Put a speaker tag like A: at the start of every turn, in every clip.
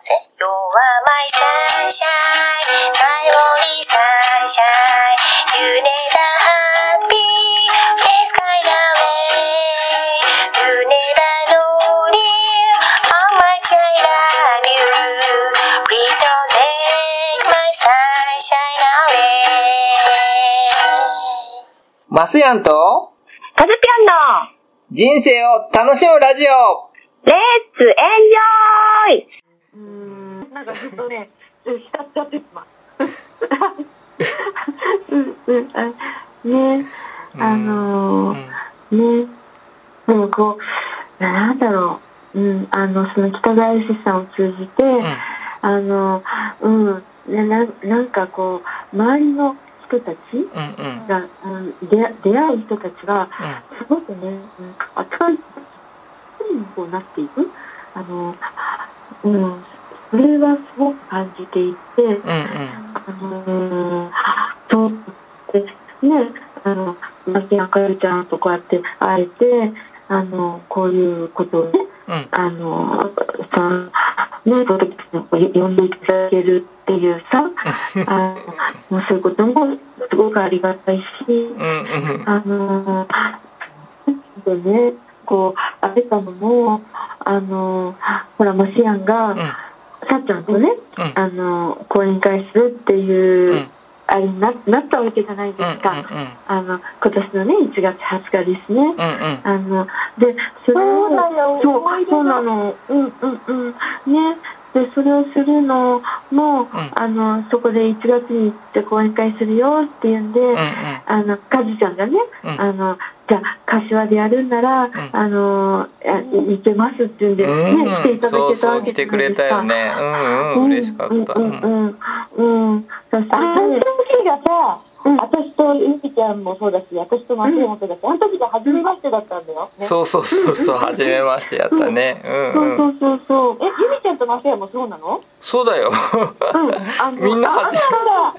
A: せ You are my sunshine, my only sunshine. You never happy, please guide the way. You never know dear, how much I love you. Please don't take my sunshine away.
B: マスヤンと
C: カズピョンの、
B: 人生を楽しむラジオ
C: レッツエンジョイ
D: うーんなんかずっとね、うん浸っちゃってます。うんうんあねあのーねなんかこうなんだろう、うん、あのその北林さんを通じて、あのうんねななんかこう周りの人たちが、うん、出会出会う人たちがすごくね、うん、明るいにこうなっていくあの、うん、それはすごく感じていて、あのーそうでねあの牧野かゆちゃんとこうやって会えてあのこういうことをねあのさねプロテクトに呼んでいただけるっていうさあのそういうこともすごくありがたいし。あのでねこうあれたのもあのほらマシアンが、さっちゃんとね、あの講演会するっていう、あれにななったわけじゃないですか、あの今年のね1月20日ですね、あのでそれをそうそうなのうんうんうんねでそれをするのも、あのそこで1月に行って講演会するよっていうんで、あのカズちゃんがね、
E: うん
D: あのじゃあ柏でやるんなら、あのあ行けますっていうんで、ね来ていただ
E: そう
D: けた
E: そ
D: わ
E: う
D: け
E: 来
D: じ
E: て
D: ゃ
E: く
D: ない
E: れ
D: です
E: た
D: か
E: よ。ねうんうん嬉しかった
D: うんう
E: うんん
D: うんうん、うん、だか
F: あ
D: ら
F: の
D: それで
F: 時がさ、
D: うん
F: 私とゆきちゃんもそうだし、私と松山もそうだし、あの時が初めましてだったんだよ。ね
E: そうそうそうそう初めましてやったねうん
D: そう
E: う
D: そ
E: ん
D: うそうそう
F: え、ゆきちゃんと松山もそうなの
E: そうだよ
D: うん、あの
E: みんな初め
F: そうだ、
D: あっ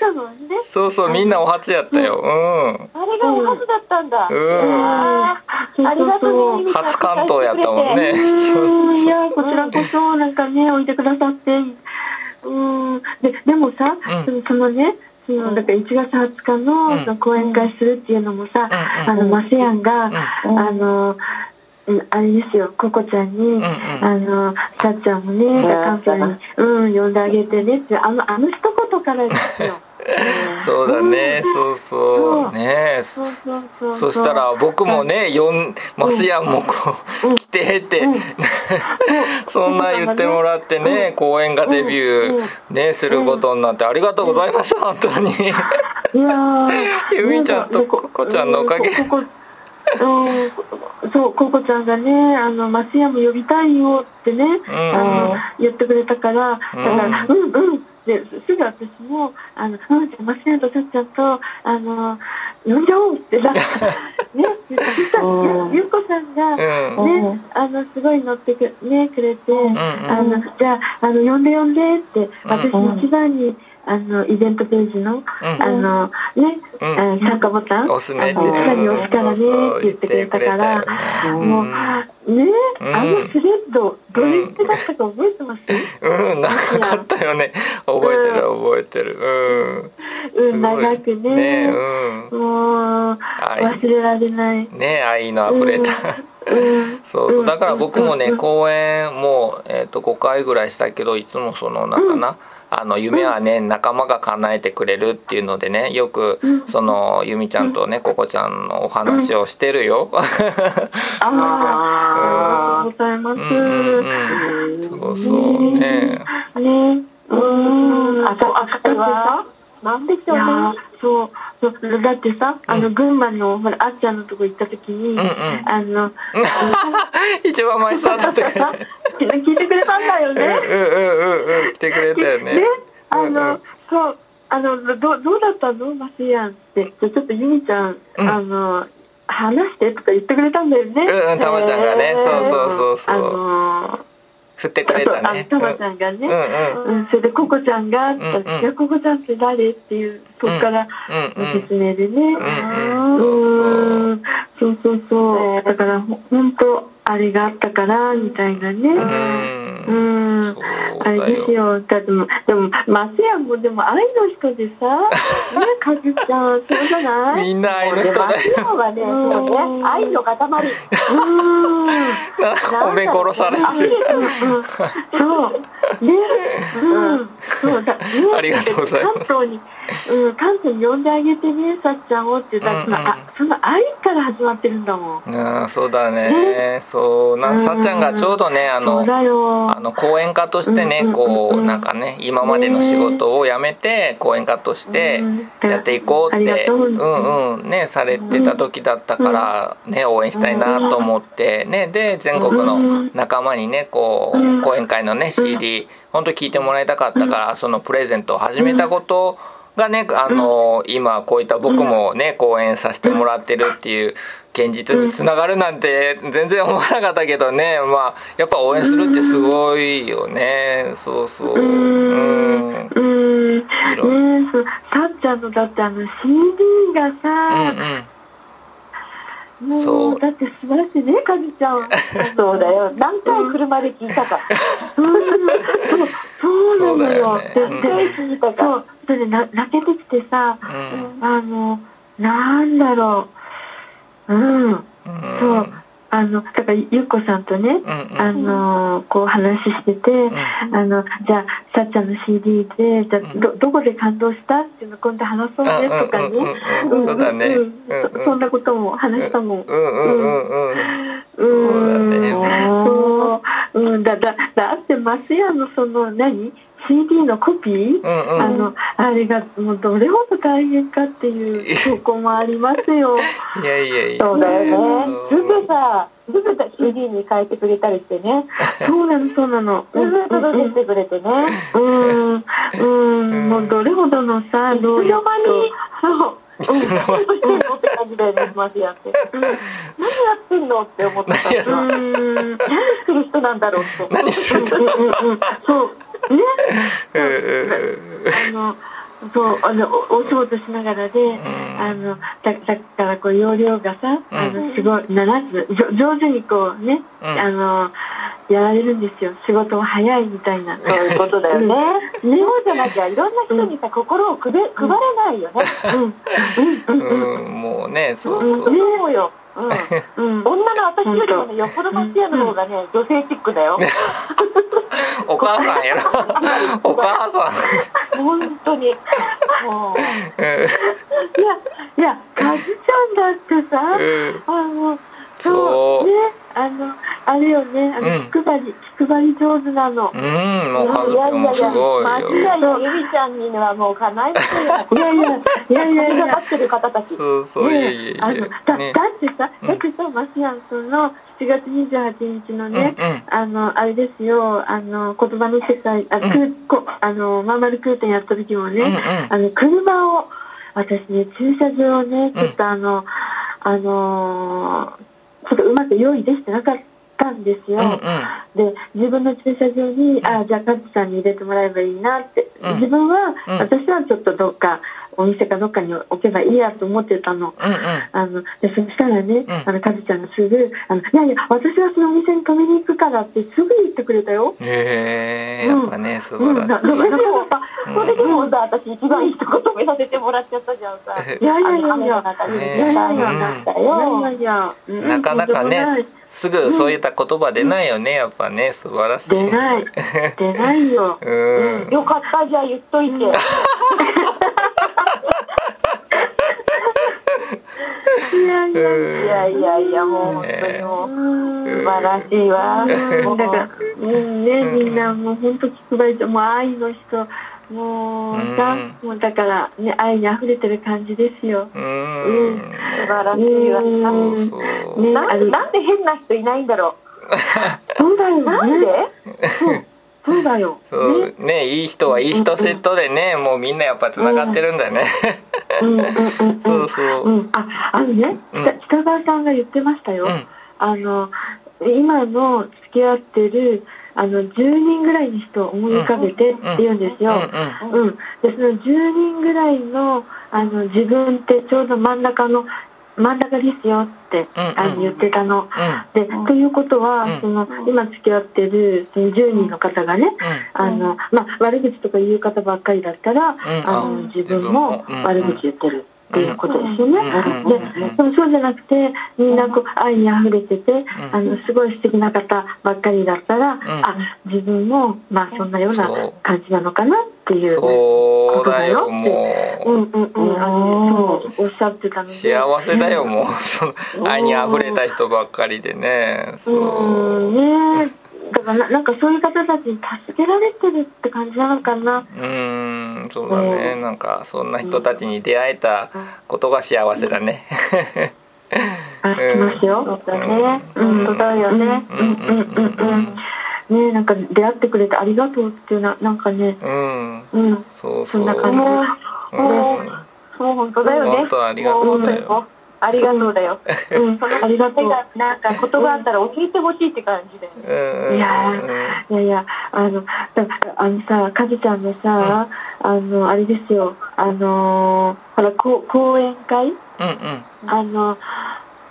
D: たのね。
E: そうそうみんなお初やったよ
F: あれがおはずだったんだ。
E: うん
F: あーありがとうね、
E: うん
F: ゆきちゃん。
E: 初関東やったもんねそう
D: う
E: そ
D: ん
E: う
D: い
E: そう
D: やこちらこそなんかね置いてくださって、うん、ででもさ、
E: うん
D: そのそのね、そのだから1月20日の,、
E: うん
D: その講演会するっていうのもさ、
E: うん
D: あのマセヤンが、
F: うん
D: あのうんあれですよココちゃんに、
E: うんうん
D: あのさっちゃんもね
F: ん
D: 関西にうん呼んであげてねってあのあの一言からです よ。
E: そうだねそうそうねそ
D: そうそうそ
E: そ
D: う
E: したら僕もね呼んマスヤンもこう来てって そんな言ってもらってね公演がデビューねすることになってありがとうございました本当に
D: いやー
E: ゆみちゃんとここちゃんのおかげ
D: うんここうん、そう、ここちゃんがね、あの、マスヤも呼びたいよってね、あの、言ってくれたから、だから、うん、うん、で、すぐ私も、あの、うん、じゃあマスヤとさっちゃんと、あの、呼んじゃおうっ てな、ね、言った
F: うん
D: ゆうこさんが、
E: う
D: ね、
E: んうん
F: うん
D: あの、すごい乗ってく、ね、くれて、
E: うん
D: あの、じゃあ、あの、呼んで呼んでって、私の一番に、あの、イベントページの、
E: うん
D: あの、ね、
E: うん
D: うん、参加ボタン、
E: 押すねって
D: あの下に押すからねって言ってくれたから、
E: うん
D: もう、
E: うん
D: ね、あのスレッド、どれくらいだったか覚えてます、
E: うん長かったよね覚えてる覚えてる
D: う、
E: うんん
D: 長くね
E: ねう
D: も
E: は
D: う、
E: い
D: 忘れられない。
E: んね愛のあふれた
D: うん、
E: そうそううんだから僕も
D: うん
E: ね
D: うん
E: 公演もう、えー、と5回ぐらいしたけどいつもそのなんかな、あの夢はね仲間が叶えてくれるっていうのでねよくその由美ちゃんとねここちゃんのお話をしてるよ。
D: ああ、ありがとうございます。
E: うんうんうん、そうそうね
D: ね、うん、
F: あ、そう、あ、それは、なんでし
D: い
F: ょう
D: や
F: ね。
D: ーそうそうだってさ、あの群馬のほらあっちゃんのとこ行った時に、
E: んうん
D: あの
E: 一番前さだってくれて
D: 聞いてくれたんだよ
E: うん
D: ね。
E: うんうんうん来てくれたよね
D: で。あ
E: うんう
D: の、
E: ん
D: そうあのどどうだったのマシヤンってじゃあちょっとユミちゃん、
E: うん
D: あの話してとか言ってくれたんだよね。
E: うんうんたまちゃんがねそうそうそうそう
D: あの
E: 振ってくれたね。
D: そうあのたまちゃんが
E: う
D: ね。
E: んうん
D: うん、それでココちゃんが「
E: んうん
D: いやココちゃんって誰?」っていうそこから
E: うんうん
D: 説明でね、
E: んうんそう
D: ーんそうそうそうだからほほんとあれがあったからみたいなね、
E: うん
D: うん
E: そう
D: あ
E: だ
D: れです
E: よ。
D: よ、だっても、でも、マスヤンもでも愛の人でさ、ね、カズちゃん、そうじゃない
E: みんな愛の人だよ。
F: 今日はね、そうね、愛の塊。
D: うん。ね、
E: 褒め殺されてる。
D: そう。ね、うん。そうだ、ね、
E: ありがとうございます
D: 関東に、うん、関東に呼んであげてね、さっちゃんをって言ったら、その、あその愛から始まってるんだもん。
E: うん、そうだね。そうな、さっちゃんがちょうどね、あ
D: そう
E: の、
D: だよ。
E: あの講演家としてね、
D: うんうんうんうん
E: こうなんかね今までの仕事を辞めて講演家として
D: うん
E: やっていこうっ
D: あり
E: て、
D: がとう
E: うんうんねされてた時だったから、ね、応援したいなと思って、ね、で全国の仲間にねこう講演会のね CD 本当聞いてもらいたかったからそのプレゼントを始めたことがねあの今こういった僕もね講演させてもらってるっていう現実につながるなんて全然思わなかったけどねまあやっぱ応援するってすごいよねそうそううん
D: うん。ね
E: いろ
D: そうさっちゃんの、だってあの CD が
E: う
D: さ、
E: ん
D: もう
E: そう
D: だって素晴らしいねかずちゃん
F: そうだよ。何回車で聞いたか。
D: そうそうなのよ
E: そうだよ
D: で
E: ね
D: で
F: 聞いたか。
D: そうそれでな泣けてきてさ、
E: う
D: あのなんだろううん
E: うんうん
D: そううあのだからゆっこさんとね、
E: んうん
D: あのこう話してて、あのじゃあさっちゃんの CD でじゃあどどこで感動したっていうの今度話そうねとかね、
E: うんうんうんうんそうだねう
D: うん
E: んうん
D: そそんなことも話したもん、
E: うんうんうんうん
D: うん
E: そうだね
D: そううん、だだだって松屋のその何 CD のコピー、
E: うんうん
D: あのあれがもうどれほど大変かっていう投稿もありま すよ。
E: いやいやいや
F: そうだよね。す
E: そう
F: ぐさ、すぐさ CD に変えてくれたりしてね。
D: そうなのそうなの。
F: す
D: う
F: ぐ
D: ん
F: 届けてくれてね。
D: うんうんもうどれほどのさ労力とそう
F: うん、そうしてんのって感じだよね、マジやって。うん何やってんのって思ってた
E: 何やっ
F: さ。
D: う
F: 何
D: ん
F: してる人なんだろ うって。
E: 何するんだ
D: うんうんうんそう
E: うんうん
D: あのそうあのおお仕事しながらで、あのだだからこう容量がさ、
E: うん
D: あのすごいならずじょ上手にこうね、
E: うん
D: あのやられるんですよ仕事も早いみたいな。
F: そういうことだよね。
D: うんね
F: そうじゃなきゃいろんな人にさ、心をくべ配れないよね。
D: うん
E: うんうんもうねそう
F: うん、
E: そ
F: そう
E: う
F: 思うよ。うん、
D: うん
F: 女の私よりもね、よっぽどマシアの方がね、女性チックだよ。
E: お母さんやろお母さ
F: 本当に。もう、
E: ん
D: いやいやかずちゃんだって
E: うん
D: さ、
E: うん
D: あの
E: そう
D: ねあのあれよねあの、
E: うん
D: 気配り気配り上手なの。
E: うんもう家族もすごいよ
F: マシアのゆみちゃんにはもうかないませんよ。
D: いやいやいやいやい
F: が
D: や
F: かってる方た
E: そ
F: ち。
E: う そういやいやい
D: あのだ
E: やね
D: だってさ、
E: うん
D: だってさ、マシアンさんの7月28日の
E: うんうん
D: ね、あの、あれですよ、あの、言葉の世界、あ、
E: うん
D: 空こあの、まんまる空展やった時もね、
E: うんうん
D: あの、車を、私ね、駐車場をね、ちょっとあの、あのーちょっとうまく用意できてなかったんですよ。
E: うんうん
D: で自分の駐車場に、あじゃあカズさんに入れてもらえばいいなって、
E: うん
D: 自分は、
E: うん
D: 私はちょっとどっかお店かどっかに置けばいいやと思ってたの。
E: うん
D: あのでそしたらね、
E: ん
D: あのカズちゃんがすぐ「あのいやいや私はそのお店に止めに行くから」ってすぐ言ってくれたよ。
E: うんへえやっぱね素
D: うん
E: 晴
D: なな
E: らし
D: ないなんか やっぱ
F: それでもさ、私一番いいとこ止めさせてもらっちゃったじゃんさ。
D: いやいやいや
F: 雨
D: い
F: の
D: や
F: 中に
E: ね
F: いなんだよ。
D: いやいやいや
E: なかなか
D: うん
E: ねすぐそういった言葉出ないよねやっぱね素晴らしい。
D: 出ない出ないよ
E: うん
F: よかったじゃあ言っといて。
D: いやい や
F: いやいやいやもう本当にもう
D: うん
F: 素晴らしいわ。
D: うんだか
F: も、
D: らうんね、みんなもう本当気配りと、もう愛の人、もうさ、もうだから、ね、愛に溢れてる感じですよ。
E: うん
D: うん
F: う素晴らしいわ。
E: そううんそう
D: ね、あ
F: な
D: れ
F: ん、なんで変な人いないんだろ
D: そうだよ、ね。
F: う。なんで？
D: そうだよ。
E: そうねいい人はいい人セットでねもうみんなやっぱつながってるんだね
D: うん、うん、うん、。
E: そううそうん
D: うん、あ、あのね、
E: うん
D: 北北川さんが言ってましたよ。
E: うん
D: あの、今の付き合ってる、あの、10人ぐらいの人を思い浮かべてって言うんです
E: うん
D: よ。
E: うん
D: うん、でその10人ぐらいのあの自分ってちょうど真ん中の真ん中ですよって、
E: うんうん
D: あの言ってたの。
E: う
D: で、ということは、
E: うん
D: その今付き合ってるその10人の方がね、あのまあ、悪口とか言う方ばっかりだったら、あ
E: ん
D: の自分も
E: うん
D: 悪口言ってるっていうことですよね。
E: うんうん
D: ででもそうじゃなくてみんなこう愛にあふれてて、あのすごい素敵な方ばっかりだったら、あ自分も、まあ、そんなような
E: そう
D: 感じなのかなっていう。
E: そうだよ
D: う
E: も
D: んうんうん、あのそうおっしゃってたの
E: う
D: で
E: 幸せだよもうその 愛にあふれた人ばっかりでねそう
D: うんねえだからななんかそういう方たちに助けられてるって感じなのかな
E: うーんそうだねなんかそんな人たちに出会えたことが幸せだね
D: あしますよ、
F: だね。
D: うん
F: 本当だよね。
E: うんうんうんうん
D: ねえなんか出会ってくれてありがとうっていうななんかね
E: うん、うん、
D: うん
E: そう
D: そ
E: そうん
D: な感じ
F: もう、
E: うん
F: もう本当だよね。
E: 本当ありがとうだよ
F: もありがとうだよ。
D: うん、ありがとう。
F: なんか言葉あったら教えてほしいって感じだよね。
E: うん
D: いやーいやいや、あの、だあのさ、かずちゃんのさ、あの、あれですよ、あのーほら、こう講演会
E: うんうん
D: あの、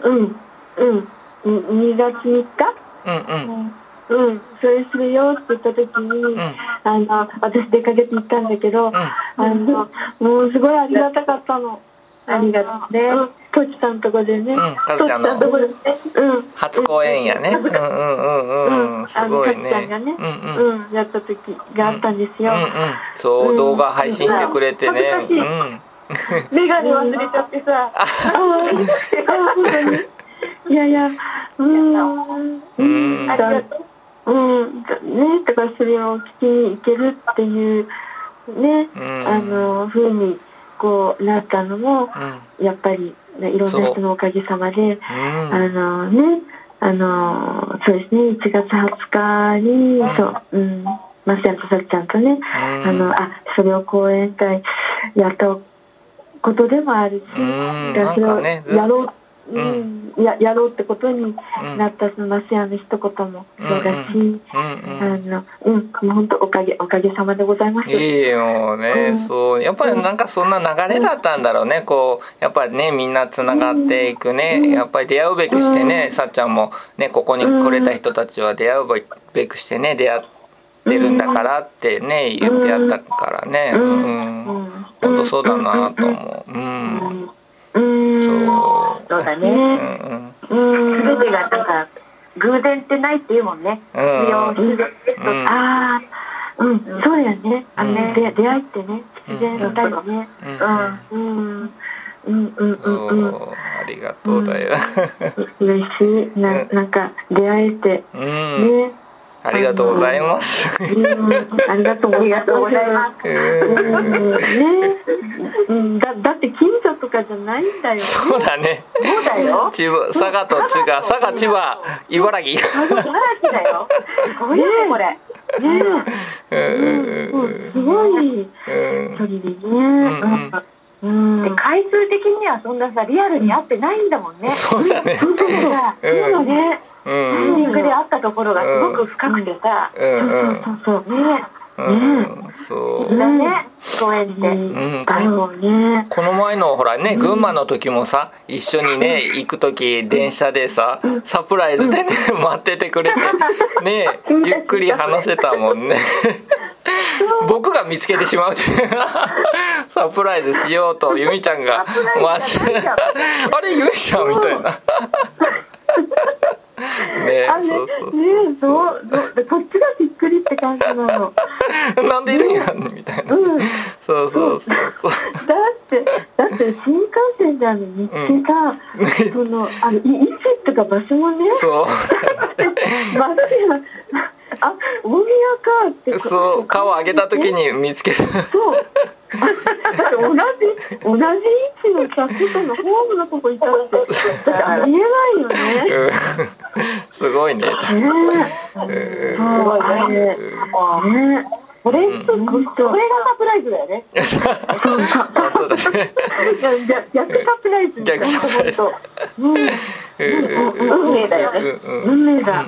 D: うん、うん、に2月3日
E: うんうん
D: うん、それするよって言った時に、
E: ん
D: あの、私出かけて行ったんだけど、あの、もうすごいありがたかったの。
F: ありがとうね
D: うん。とちさんとこでね。
E: うんかずちゃんの
D: とこでね。うん。
E: 初公演やねうんうんうんうんすごいね
D: あのかずちゃんがね
E: うんうんうんうん
D: うん、やった時があったんですよ。
E: そううん動画配信してくれてね
F: 恥ずかしい
E: うん
F: メガネ忘れちゃってさ。
D: ああ、本当に。いやいや、うん。
E: うん
F: ありがとう。
D: うん、だね、だからそれを聞きに行けるっていう、ね、
E: うん
D: あの、ふうに、こう、なったのも、
E: うん
D: やっぱり、ねいろんな人のおかげさまで、
E: うん
D: あのね、あの、そうですね、1月20日に、そう、うん、マスヤンとさきちゃんとね、あの、あ、それを講演会やったことでもあるし、
E: うん
D: だから
E: なんかね
D: それをやろう、
E: ずっと
D: うん、ややろうってことになったそのマスヤンの一言もそうだし、
E: うんうん
D: あの、うん、本当おかげ、おかげさまでございます。
E: いいよね、そうやっぱりなんかそんな流れだったんだろうね、こうやっぱりねみんなつながっていくね、やっぱり出会うべくしてね、さっちゃんもねここに来れた人たちは出会うべくしてね出会ってるんだからってね言ってあったからね、うんうん、本当そうだなと思う、うん、
D: う、
E: そうん
F: そうだ
D: う
F: ね。
E: うん
D: ん、
E: うん
F: す
D: うん、
F: べてがなんか偶然ってないっていうもんね。
E: うん
F: 必要必然ですとか。
D: ああ、うん、そうだよね。あの、
E: うん
D: で、出会いってね、必然だよね。
E: うん
D: うん、うん、うん、うん、うん、
E: そうありがとうだよ、
D: 嬉しい、な、なんか、出会えて、
E: うん、
D: ね。
E: ありがとうございます、
D: うん、ありがとうございます、ありが。
F: とうございます
E: うん
D: ね、うん、だ、だって近所とかじゃないんだ よ。
E: そうだ ね
F: そうだよ。
E: 千葉佐賀と千葉佐賀千葉茨城
F: 素晴らしいだよ。すごいよねこれ。
D: ね、
E: うん
D: うん、すごい距離でね。うん、
F: で回数的にはそんなさリアルに会ってないんだもんね。
E: そうだね
F: 本当にさ、今のね、
E: う
F: タ
E: ん
F: イミングで会ったところがすごく深くてさ、
E: うんうん
D: そうそう。
F: ね、
E: うんそ
F: だ
E: う
F: ね、公園って。
E: うん
D: だろうね。
E: この前のほらね群馬の時もさ一緒にね行く時電車でさサプライズでね待っててくれてねゆっくり話せたもんね僕が見つけてしまうって いうサプライズしようとゆみちゃんが待ちあれゆみちゃんみたいなね
D: あね、
E: そうそう
D: ね、そう、そう、こっちがびっくりって感じなの。だっ
E: そうなんでいるんやみたいなそうそうそうそう
D: て、だって新幹線であの日程が、その、あの、い位置とか場所もね、
E: そう
D: まずいな。あ、大宮かって。
E: そう顔上げた時に見つけた
D: そう。だって同じ、同じ位置の客とのホームのとこい たって、だってありえないよね。
E: うんすごいね
D: ねえ。そうだね。ね
F: これ、これがサプライズだよね。
E: 本当だね
D: 逆逆サプライズみたいな。
E: 逆サプライズ
D: 本当
E: う
D: うん
E: んうん
F: 運命だよね。
E: うんうん
D: 運命だ。ね。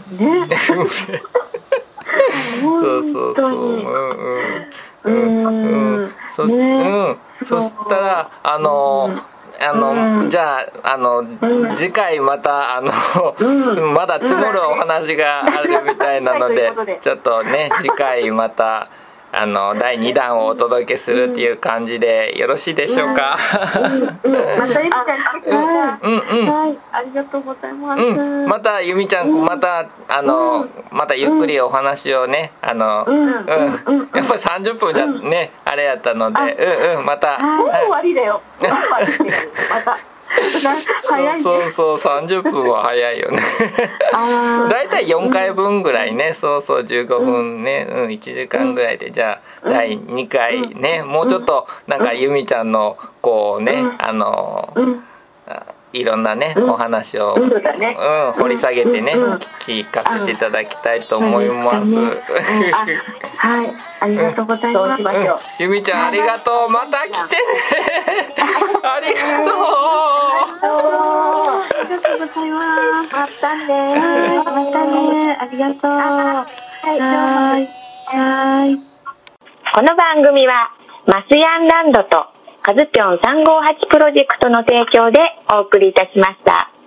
E: そうそうそううんうんうんうんそし
D: ね
E: うんそしたらあのあのじゃああの、次回またあの、まだ積もるお話があるみたいなので、
F: はいということで
E: ちょっとね次回またあの第2弾をお届けするっていう感じでよろしいでしょうか、
F: またゆみちゃん来てくれた
E: うん、うん
F: はい、ありがとうございます。
E: うん、またゆみちゃん、またあの、またゆっくりお話をねあの、うん
F: うん
E: やっぱり30分じゃね、あれやったのでうんうんまた、
F: もう終わりだ よ。もう終わりだよ。また。早いね。
E: そうそうそう30分は早いよねだいたい4回分ぐらいね、そうそう15分ね、うん1時間ぐらいでじゃあ第2回ね、もうちょっとなんかゆみちゃんのこうね、あのーあいろんなね、お話を、うん
F: そうだね
E: 掘り下げてね、聞かせていただきたいと思います。
D: うんはい、ありがとうござい
F: そう
D: ま
F: し
D: す。
F: ましょう。
E: ゆみちゃんありがとうまた来てねありがとう
D: ありがとうございます。またねまたねありがとう。はい。はい。
C: この番組は、マスヤンランドと、カズピョン358プロジェクトの提供でお送りいたしました。